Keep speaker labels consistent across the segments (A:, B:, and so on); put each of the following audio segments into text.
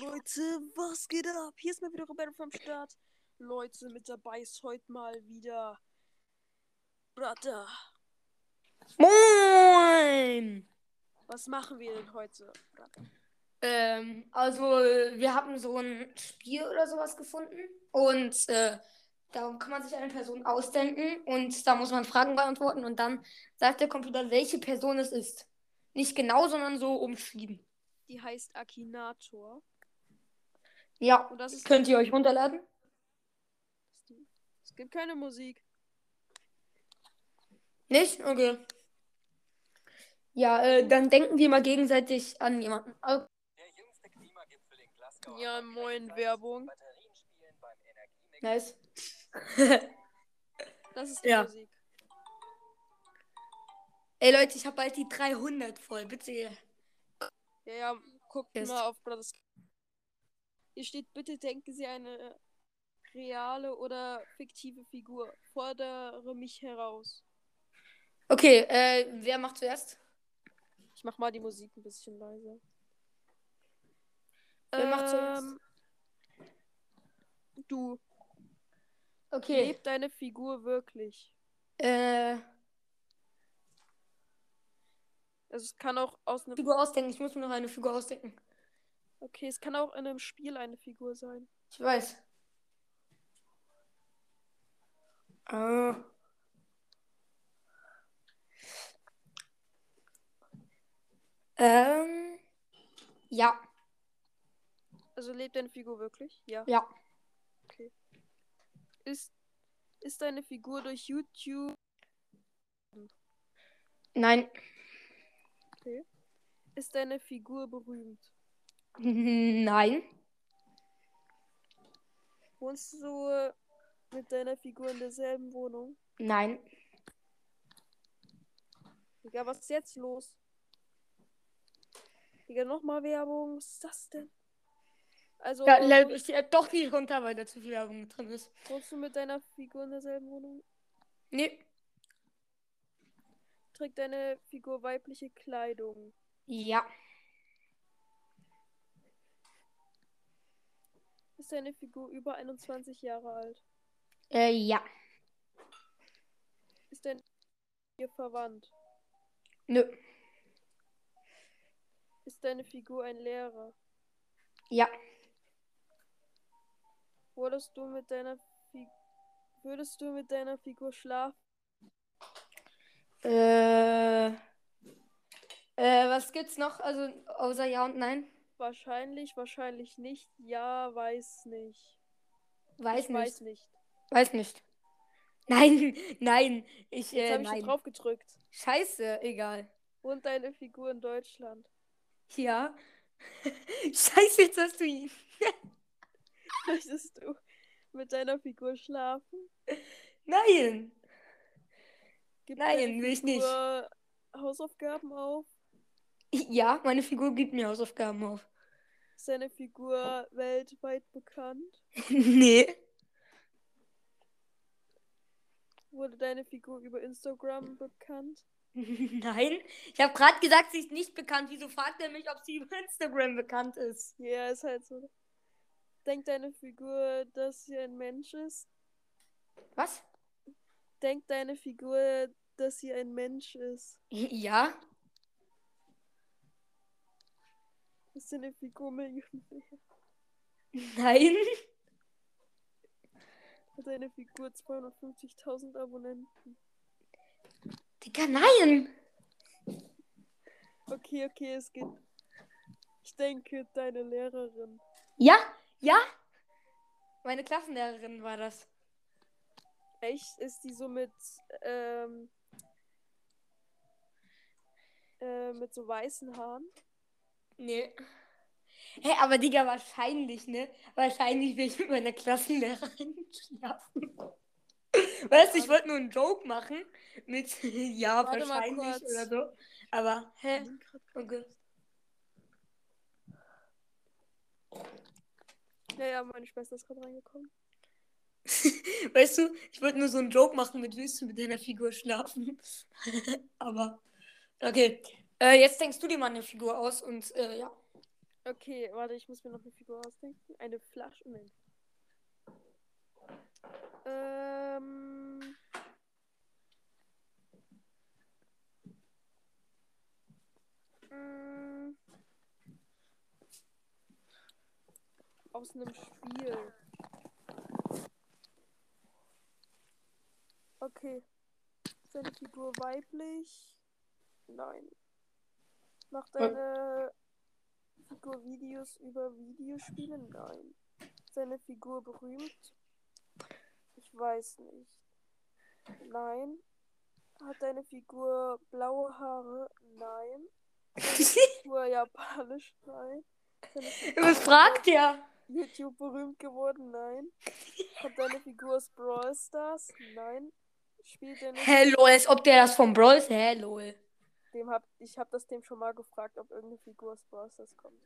A: Leute, was geht ab? Hier ist mal wieder Roberto vom Start. Leute, mit dabei ist heute mal wieder Brother.
B: Moin!
A: Was machen wir denn heute? Brother?
B: Ähm, also, wir haben so ein Spiel oder sowas gefunden und äh, da kann man sich eine Person ausdenken und da muss man Fragen beantworten und dann sagt der Computer, welche Person es ist. Nicht genau, sondern so umschrieben.
A: Die heißt Akinator.
B: Ja,
A: Und das ist
B: könnt ihr euch runterladen?
A: Es gibt keine Musik.
B: Nicht? Okay. Ja, äh, dann denken wir mal gegenseitig an jemanden. Also,
C: Der jüngste Klimagipfel in Glasgow.
A: Ja,
C: hat
A: moin,
C: Batterien-
A: Werbung.
C: Batterien spielen beim Energiemix.
B: nice.
A: Das ist die
B: Ja.
A: Musik.
B: Ey Leute, ich habe bald die 300 voll, bitte.
A: Ja, ja, guckt
B: Ist.
A: mal auf Brothers. Hier steht, bitte denken Sie eine reale oder fiktive Figur. Fordere mich heraus.
B: Okay, äh, wer macht zuerst?
A: Ich mach mal die Musik ein bisschen leiser.
B: Wer macht zuerst?
A: Du.
B: Okay.
A: Lebt deine Figur wirklich?
B: Äh,
A: Also es kann auch aus einem.
B: Figur ausdenken. Ich muss mir noch eine Figur ausdenken.
A: Okay, es kann auch in einem Spiel eine Figur sein.
B: Ich weiß. Ah. Ähm. Ja,
A: Also lebt deine Figur wirklich? Ja.
B: ja.
A: Ist, ist deine Figur durch YouTube.
B: Nein.
A: Ist deine Figur berühmt?
B: Nein.
A: Wohnst du äh, mit deiner Figur in derselben Wohnung?
B: Nein.
A: Digga, was ist jetzt los? Digga, nochmal Werbung. Was ist das denn? Also,
B: Ja,
A: äh,
B: lad ich die App doch nicht runter, weil da zu viel Werbung drin ist.
A: wohnst du mit deiner Figur in derselben Wohnung?
B: Nee.
A: Trägt deine Figur weibliche Kleidung?
B: Ja.
A: Ist deine Figur über 21 Jahre alt?
B: Äh, ja.
A: Ist deine Figur verwandt?
B: Nö.
A: Ist deine Figur ein Lehrer?
B: Ja.
A: Wurdest du mit deiner Fi Würdest du mit deiner Figur schlafen?
B: Äh, äh, was gibt's noch? Also außer Ja und Nein?
A: Wahrscheinlich, wahrscheinlich nicht. Ja, weiß nicht.
B: Weiß
A: ich
B: nicht.
A: weiß nicht.
B: Weiß nicht. Nein, nein. Ich,
A: Jetzt
B: äh,
A: habe ich hier
B: nein.
A: drauf gedrückt.
B: Scheiße, egal.
A: Und deine Figur in Deutschland.
B: Ja. Scheiße, jetzt hast du ihn.
A: Möchtest du mit deiner Figur schlafen?
B: Nein.
A: Gibt
B: Nein,
A: deine
B: will ich nicht.
A: Figur Hausaufgaben auf?
B: Ja, meine Figur gibt mir Hausaufgaben auf.
A: Ist deine Figur weltweit bekannt?
B: nee.
A: Wurde deine Figur über Instagram bekannt?
B: Nein. Ich habe gerade gesagt, sie ist nicht bekannt. Wieso fragt er mich, ob sie über Instagram bekannt ist?
A: Ja, ist halt so. Denkt deine Figur, dass sie ein Mensch ist?
B: Was?
A: Denkt deine Figur, dass sie ein Mensch ist?
B: Ja.
A: Ist deine Figur Millionär?
B: Nein.
A: Hat deine Figur 250.000 Abonnenten?
B: Digga, nein.
A: Okay, okay, es geht. Ich denke, deine Lehrerin.
B: Ja, ja. Meine Klassenlehrerin war das.
A: Echt? Ist die so mit, ähm, äh, mit so weißen Haaren?
B: Nee. Hä, aber Digga, wahrscheinlich, ne? Wahrscheinlich will ich mit meiner Klassenlehrerin schlafen. Weißt du, ich wollte nur einen Joke machen mit ja,
A: Warte mal
B: wahrscheinlich
A: kurz.
B: oder so. Aber, hä?
A: Ich bin grad-
B: Okay.
A: Naja, meine Schwester ist gerade reingekommen.
B: Weißt du, ich wollte nur so einen Joke machen mit willst du mit deiner Figur schlafen? Aber, okay. Äh, jetzt denkst du dir mal eine Figur aus und, äh, ja.
A: Okay, warte, ich muss mir noch eine Figur ausdenken. Eine Flasche. oh Moment. Ähm. Mm. Aus einem Spiel. Okay. Seine Figur weiblich? Nein. Macht eine Figur Videos über Videospiele? Nein. Seine Figur berühmt? Ich weiß nicht. Nein. Hat deine Figur blaue Haare? Nein. Figur japanisch? Nein. Seine Figur
B: Was fragt ihr?
A: YouTube berühmt geworden? Nein. Hat deine Figur aus Brawl Stars? Nein. Spielt er nicht?
B: Hello, als ob der das vom Brawl ist. Hello.
A: Dem hab, ich habe das dem schon mal gefragt, ob irgendeine Figur aus Brawl Stars kommt.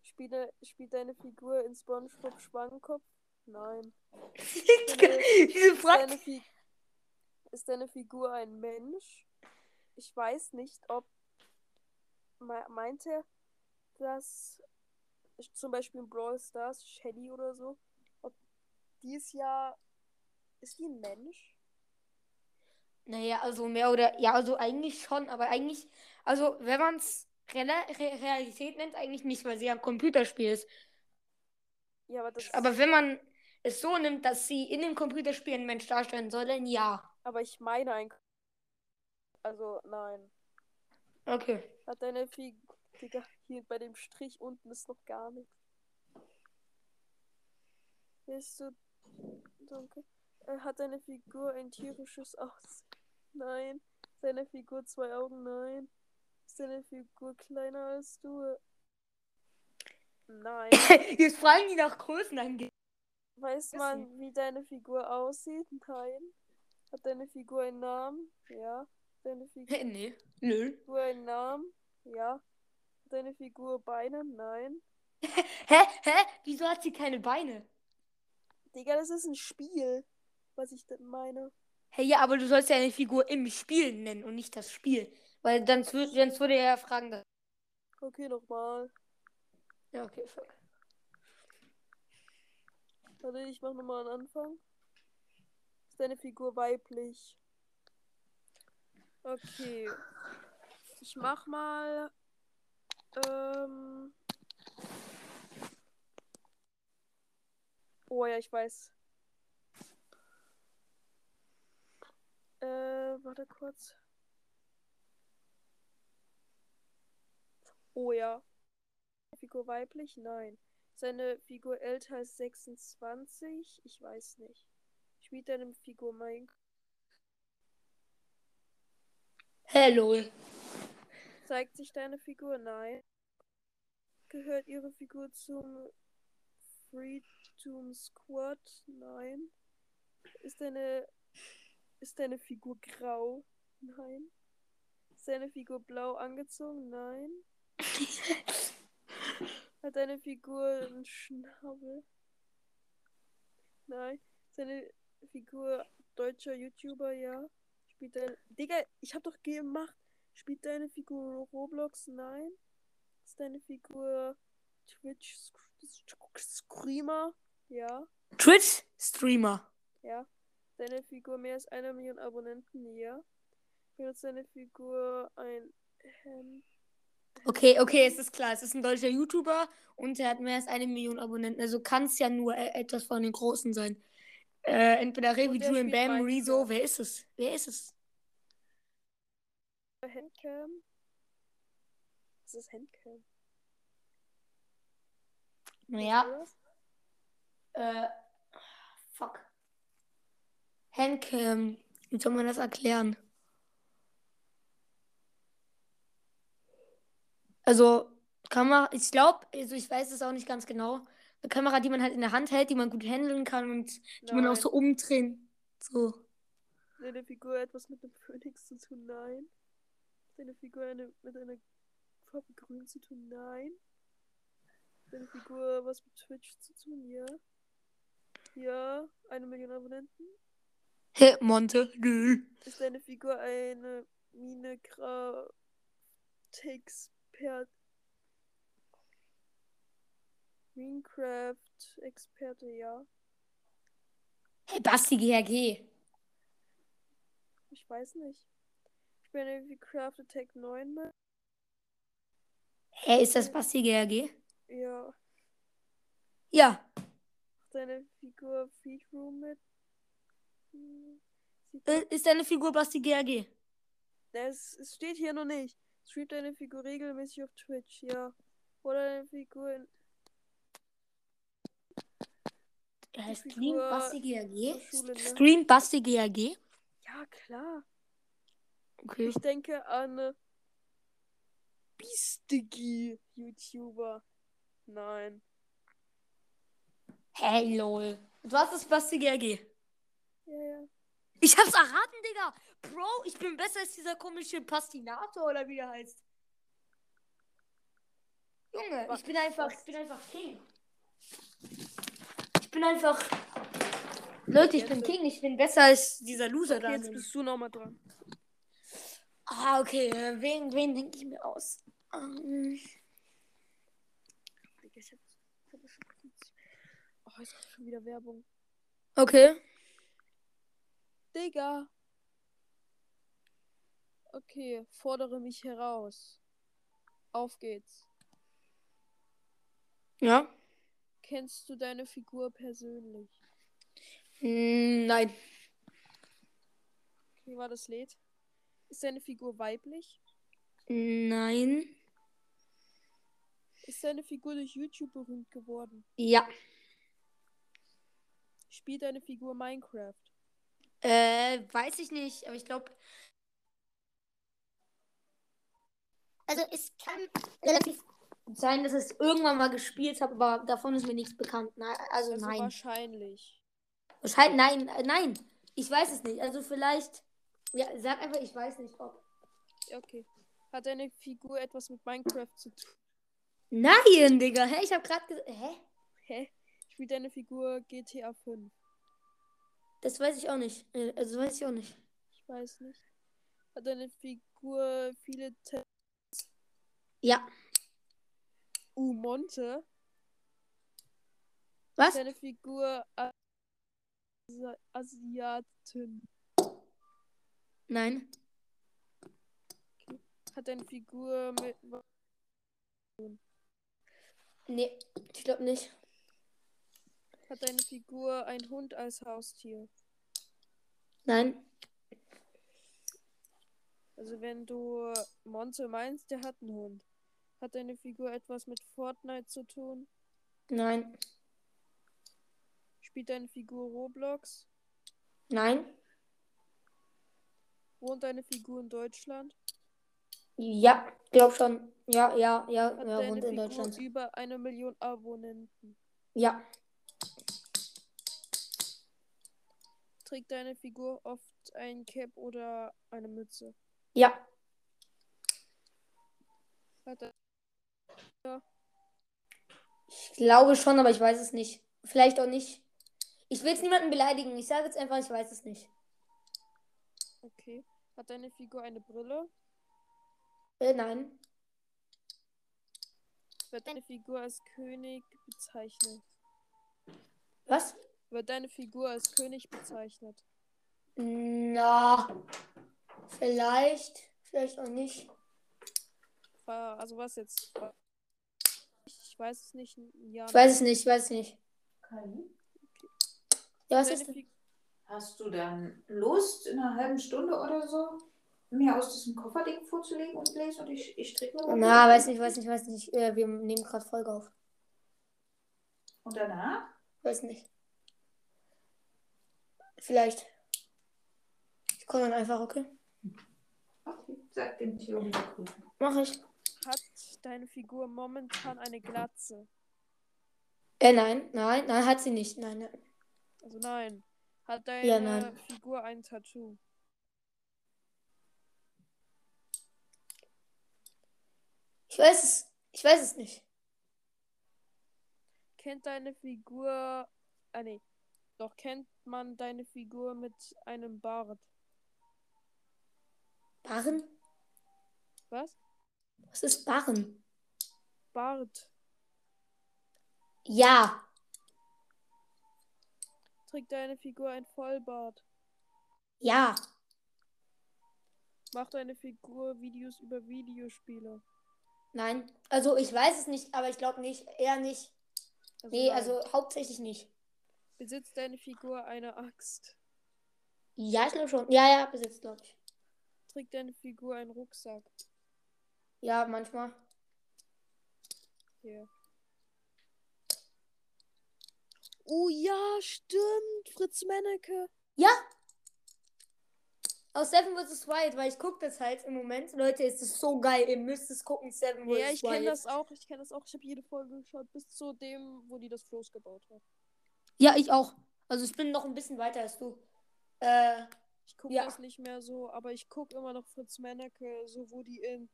A: Spiele, spielt deine Figur in Spongebob Schwangenkopf? Nein.
B: Diese
A: Ist
B: Frage.
A: deine, Fi- ist deine Figur ein Mensch? Ich weiß nicht, ob me meinte, dass ich zum Beispiel in Brawl Stars, Shelly oder so, ob dies Jahr ist die ein Mensch?
B: Naja, also mehr oder. Ja, also eigentlich schon, aber eigentlich. Also, wenn man es Rela Re Realität nennt, eigentlich nicht, weil sie ja ein Computerspiel ist.
A: Ja, aber das
B: Aber wenn man es so nimmt, dass sie in dem Computerspiel einen Mensch darstellen soll, dann ja.
A: aber ich meine ein also nein.
B: Okay.
A: Hat deine Figur Digga, hier bei dem Strich unten ist noch gar nichts. Bist du dunkel? Äh, Hat deine Figur ein tierisches Aussehen? Nein. Ist deine Figur zwei Augen? Nein. Ist deine Figur kleiner als du? Nein.
B: Jetzt fragen die nach Größen angeht.
A: Weiß
B: Wissen.
A: man, wie deine Figur aussieht? Nein. Hat deine Figur einen Namen? Ja. Deine Figur
B: Nee. Nö.
A: Figur einen Namen? Ja. Hat deine Figur Beine? Nein.
B: Hä? Hä? Wieso hat sie keine Beine?
A: Digga, das ist ein Spiel, was ich dann meine.
B: Hey, ja, aber du sollst ja eine Figur im Spiel nennen und nicht das Spiel. Weil dann wür- sonst würde er ja fragen, dass.
A: Okay, nochmal.
B: Ja, okay, fuck.
A: Warte, ich mach nochmal einen Anfang. Ist deine Figur weiblich? Okay. Ich mach mal. Ähm. Oh ja, ich weiß. Äh, warte kurz. Oh ja. Figur weiblich? Nein. Seine Figur älter als 26? Ich weiß nicht. Spielt deine Figur Mike?
B: Hello.
A: Zeigt sich deine Figur? Nein. Gehört ihre Figur zum Freedom Squad? Nein. Ist deine, ist deine Figur grau? Nein. Ist deine Figur blau angezogen? Nein. Hat deine Figur einen Schnabel? Nein. Ist deine Figur deutscher YouTuber? Ja. Spielt deine. Digga, ich hab doch gemacht. Spielt deine Figur Roblox? Nein. Ist deine Figur Twitch Sc- Screamer? Ja.
B: Twitch-Streamer.
A: Ja. Deine Figur mehr als einer Million Abonnenten? Ja. Benutzt deine Figur ein Hemd?
B: Okay, okay, es ist klar. Es ist ein deutscher YouTuber und er hat mehr als eine Million Abonnenten. Also kann es ja nur äh, etwas von den Großen sein. Äh, entweder Revi,
A: Und er
B: Julian,
A: spielt
B: Bam,
A: Minecraft.
B: Rezo. Wer ist es? Wer ist es?
A: Handcam? Was ist Handcam?
B: Naja.
A: Weißt
B: Äh, fuck. Handcam. Wie soll man das erklären? Also, Kamera, ich glaube, also ich weiß es auch nicht ganz genau. Eine Kamera, die man halt in der Hand hält, die man gut handeln kann und
A: du das?
B: die man auch
A: Nein.
B: so umdrehen. So.
A: Hat Deine Figur etwas mit dem Phönix zu tun? Nein. Hat Deine Figur eine, mit einer Farbe grün zu tun? Nein. Hat Deine Figur was mit Twitch zu tun? Ja. Ja, eine Million Abonnenten.
B: Hä, Monte? Nö.
A: Ist deine Figur eine Minecraft-Expert? Minecraft-Experte, ja.
B: Hey, Basti, geh her, geh.
A: Ich weiß nicht. Ich bin irgendwie Craft Attack 9 mit.
B: Hey, ist das Basti, geh her, geh?
A: Ja.
B: Ja.
A: Macht deine Figur Feed Room mit. Hm. Sieht-
B: Äh, Ist deine Figur Basti, geh her, geh?
A: Es, es steht hier noch nicht. Streamt deine Figur regelmäßig auf Twitch, ja. Oder deine Figur in
B: Er Äh, heißt
A: Figur
B: Stream Basti, geh her,
A: der
B: geh?
A: Schule, ne?
B: Stream Basti, geh her, geh?
A: Ja, klar.
B: Okay.
A: Ich denke an äh, biestige YouTuber. Nein.
B: Hey, lol. Du hast das Basti, geh her, geh?
A: Ja, ja.
B: Ich hab's erraten, Digga. Bro, ich bin besser als dieser komische Pastinator oder wie der heißt. Junge, ich bin einfach, ich bin einfach King. Ich bin einfach. Leute, ich bin King, ich bin besser als dieser Loser
A: Okay,
B: da.
A: jetzt bist du nochmal dran.
B: Ah, okay, äh, wen, wen denke ich mir aus? Ähm,
A: Oh, jetzt kommt schon wieder Werbung.
B: Okay.
A: Digga. Okay, fordere mich heraus. Auf geht's.
B: Ja.
A: Kennst du deine Figur persönlich?
B: Mm, nein.
A: Wie war das Lied? Ist deine Figur weiblich?
B: Nein.
A: Ist deine Figur durch YouTube berühmt geworden?
B: Ja.
A: Spielt deine Figur Minecraft?
B: Äh, weiß ich nicht, aber ich glaube. Also es kann relativ sein, dass ich es irgendwann mal gespielt habe, aber davon ist mir nichts bekannt. Nein, also,
A: Also
B: nein.
A: wahrscheinlich.
B: Wahrscheinlich, nein, äh, nein. Ich weiß es nicht. Also vielleicht. Ja, sag einfach, ich weiß nicht, ob.
A: Okay. Hat deine Figur etwas mit Minecraft zu tun?
B: Nein, Digga. Hä? Ich habe gerade gesagt. Hä?
A: Hä? Spielt deine Figur GTA 5?
B: Das weiß ich auch nicht. Äh, Also weiß ich auch nicht.
A: Ich weiß nicht. Hat deine Figur viele Te
B: Ja.
A: Uh, Monte?
B: Was?
A: Deine Figur Asi- Asiatin.
B: Nein.
A: Hat deine Figur mit
B: Nee, ich glaube nicht.
A: hat deine Figur einen Hund als Haustier?
B: Nein.
A: Also wenn du Monte meinst, der hat einen Hund. Hat deine Figur etwas mit Fortnite zu tun?
B: Nein.
A: Spielt deine Figur Roblox?
B: Nein.
A: Wohnt deine Figur in Deutschland?
B: Ja, glaub schon. Ja, ja, ja,
A: Hat
B: ja,
A: deine
B: wohnt in
A: Figur
B: Deutschland.
A: über eine Million Abonnenten?
B: Ja,
A: Trägt deine Figur oft ein Cap oder eine Mütze?
B: ja,
A: Hat de-
B: ich glaube schon, aber ich weiß es nicht. Vielleicht auch nicht. Ich will jetzt niemanden beleidigen. Ich sage jetzt einfach, ich weiß es nicht.
A: okay. Hat deine Figur eine Brille?
B: Äh, nein.
A: Wird deine Figur als König bezeichnet?
B: Was?
A: Wird deine Figur als König bezeichnet?
B: Na, vielleicht, vielleicht auch nicht.
A: War- Also was jetzt? War- Ich weiß es nicht. Ja,
B: Ich weiß es nicht, ich weiß es nicht.
D: Kai,
B: Ja, was
A: Deine
B: ist denn?
A: Fig-
D: hast du dann Lust, in einer halben Stunde oder so mir aus diesem Kofferding vorzulegen und lesen und ich, ich stricke mir was?
B: Na, weiß nicht, weiß nicht, weiß nicht. Äh, wir nehmen gerade Folge auf.
D: Und danach?
B: Weiß nicht. Vielleicht. Ich komme dann einfach, okay?
D: Okay, sag dem Theo wieder grüßen.
B: Mach ich.
A: Hat deine Figur momentan eine Glatze?
B: Äh, nein, nein, nein, hat sie nicht. Nein, nein.
A: Also nein. Hat deine
B: nein.
A: Figur ein Tattoo?
B: Ich weiß es. Ich weiß es nicht.
A: Kennt deine Figur... Ah nee. Doch kennt man deine Figur mit einem Bart?
B: Barren?
A: Was?
B: Was ist Barren?
A: Bart.
B: Ja.
A: Trägt deine Figur ein Vollbart?
B: Ja.
A: Macht deine Figur Videos über Videospiele?
B: Nein. Also ich weiß es nicht, aber ich glaube nicht. Eher nicht. Nee,
A: nein.
B: also hauptsächlich nicht.
A: Besitzt deine Figur eine Axt?
B: Ja, ich glaube schon. Ja, ja, besitzt, glaube ich.
A: Trägt deine Figur einen Rucksack?
B: Ja, manchmal.
A: Ja. Oh ja, stimmt. Fritz Menneke.
B: Aus Seven vs. Wild, weil ich gucke das halt im Moment. Leute, es ist so geil. Ihr müsst es gucken, Seven vs. Wild.
A: Ja, ich kenne das auch. Ich kenne das auch. Ich habe jede Folge geschaut, bis zu dem, wo die das Floß gebaut haben.
B: Ja, ich auch. Also ich bin noch ein bisschen weiter als du. Äh,
A: Ich gucke
B: Ja.
A: das nicht mehr so, aber ich gucke immer noch Fritz Menneke, so wo die in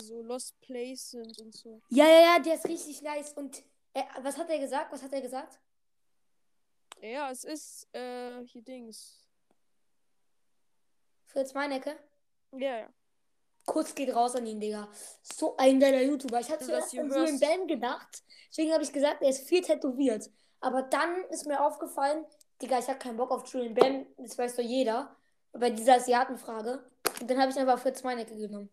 A: so Lost Place sind und so.
B: ja, ja, ja, der ist richtig nice. Und äh, was hat er gesagt? Was hat er gesagt?
A: Ja, es ist äh, hier Dings.
B: Fritz Meinecke?
A: Ja, ja.
B: Kurz geht raus an ihn, Digga. So ein geiler YouTuber. Ich hatte
A: Du, dass
B: zuerst
A: ihr
B: an Julian
A: hörst.
B: Ben gedacht. Deswegen habe ich gesagt, er ist viel tätowiert. Aber dann ist mir aufgefallen, Digga, ich habe keinen Bock auf Julian Ben. Das weiß doch jeder. Bei dieser Asiatenfrage. Und dann habe ich einfach Fritz Meinecke genommen.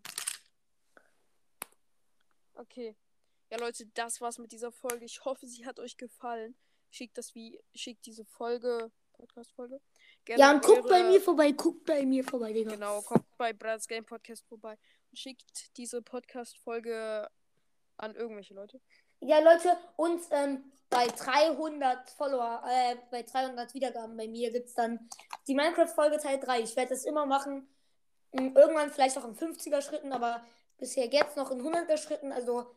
A: Okay. Ja, Leute, das war's mit dieser Folge. Ich hoffe, sie hat euch gefallen. Schickt das wie, schickt diese Folge, Podcast-Folge. gerne
B: ja,
A: an
B: und guckt bei
A: eure-
B: mir vorbei. Guckt bei mir vorbei, Digga.
A: Genau, kommt bei Brothers Game Podcast vorbei und schickt diese Podcast-Folge an irgendwelche Leute.
B: Ja, Leute, und ähm, bei 300 Follower, äh, bei 300 Wiedergaben bei mir gibt's dann die Minecraft-Folge Teil 3. Ich werde das immer machen. Mm, Irgendwann vielleicht auch in 50er-Schritten, aber bisher jetzt noch in 100er-Schritten. Also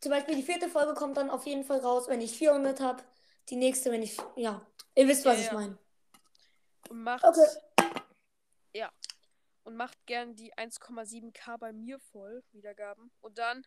B: zum Beispiel die vierte Folge kommt dann auf jeden Fall raus, wenn ich 400 habe. Die nächste, wenn ich, ja, ihr wisst, was
A: Ja,
B: ich
A: ja.
B: meine.
A: Und macht,
B: Okay.
A: ja. Und macht gern die 1,7k bei mir voll, Wiedergaben. Und dann,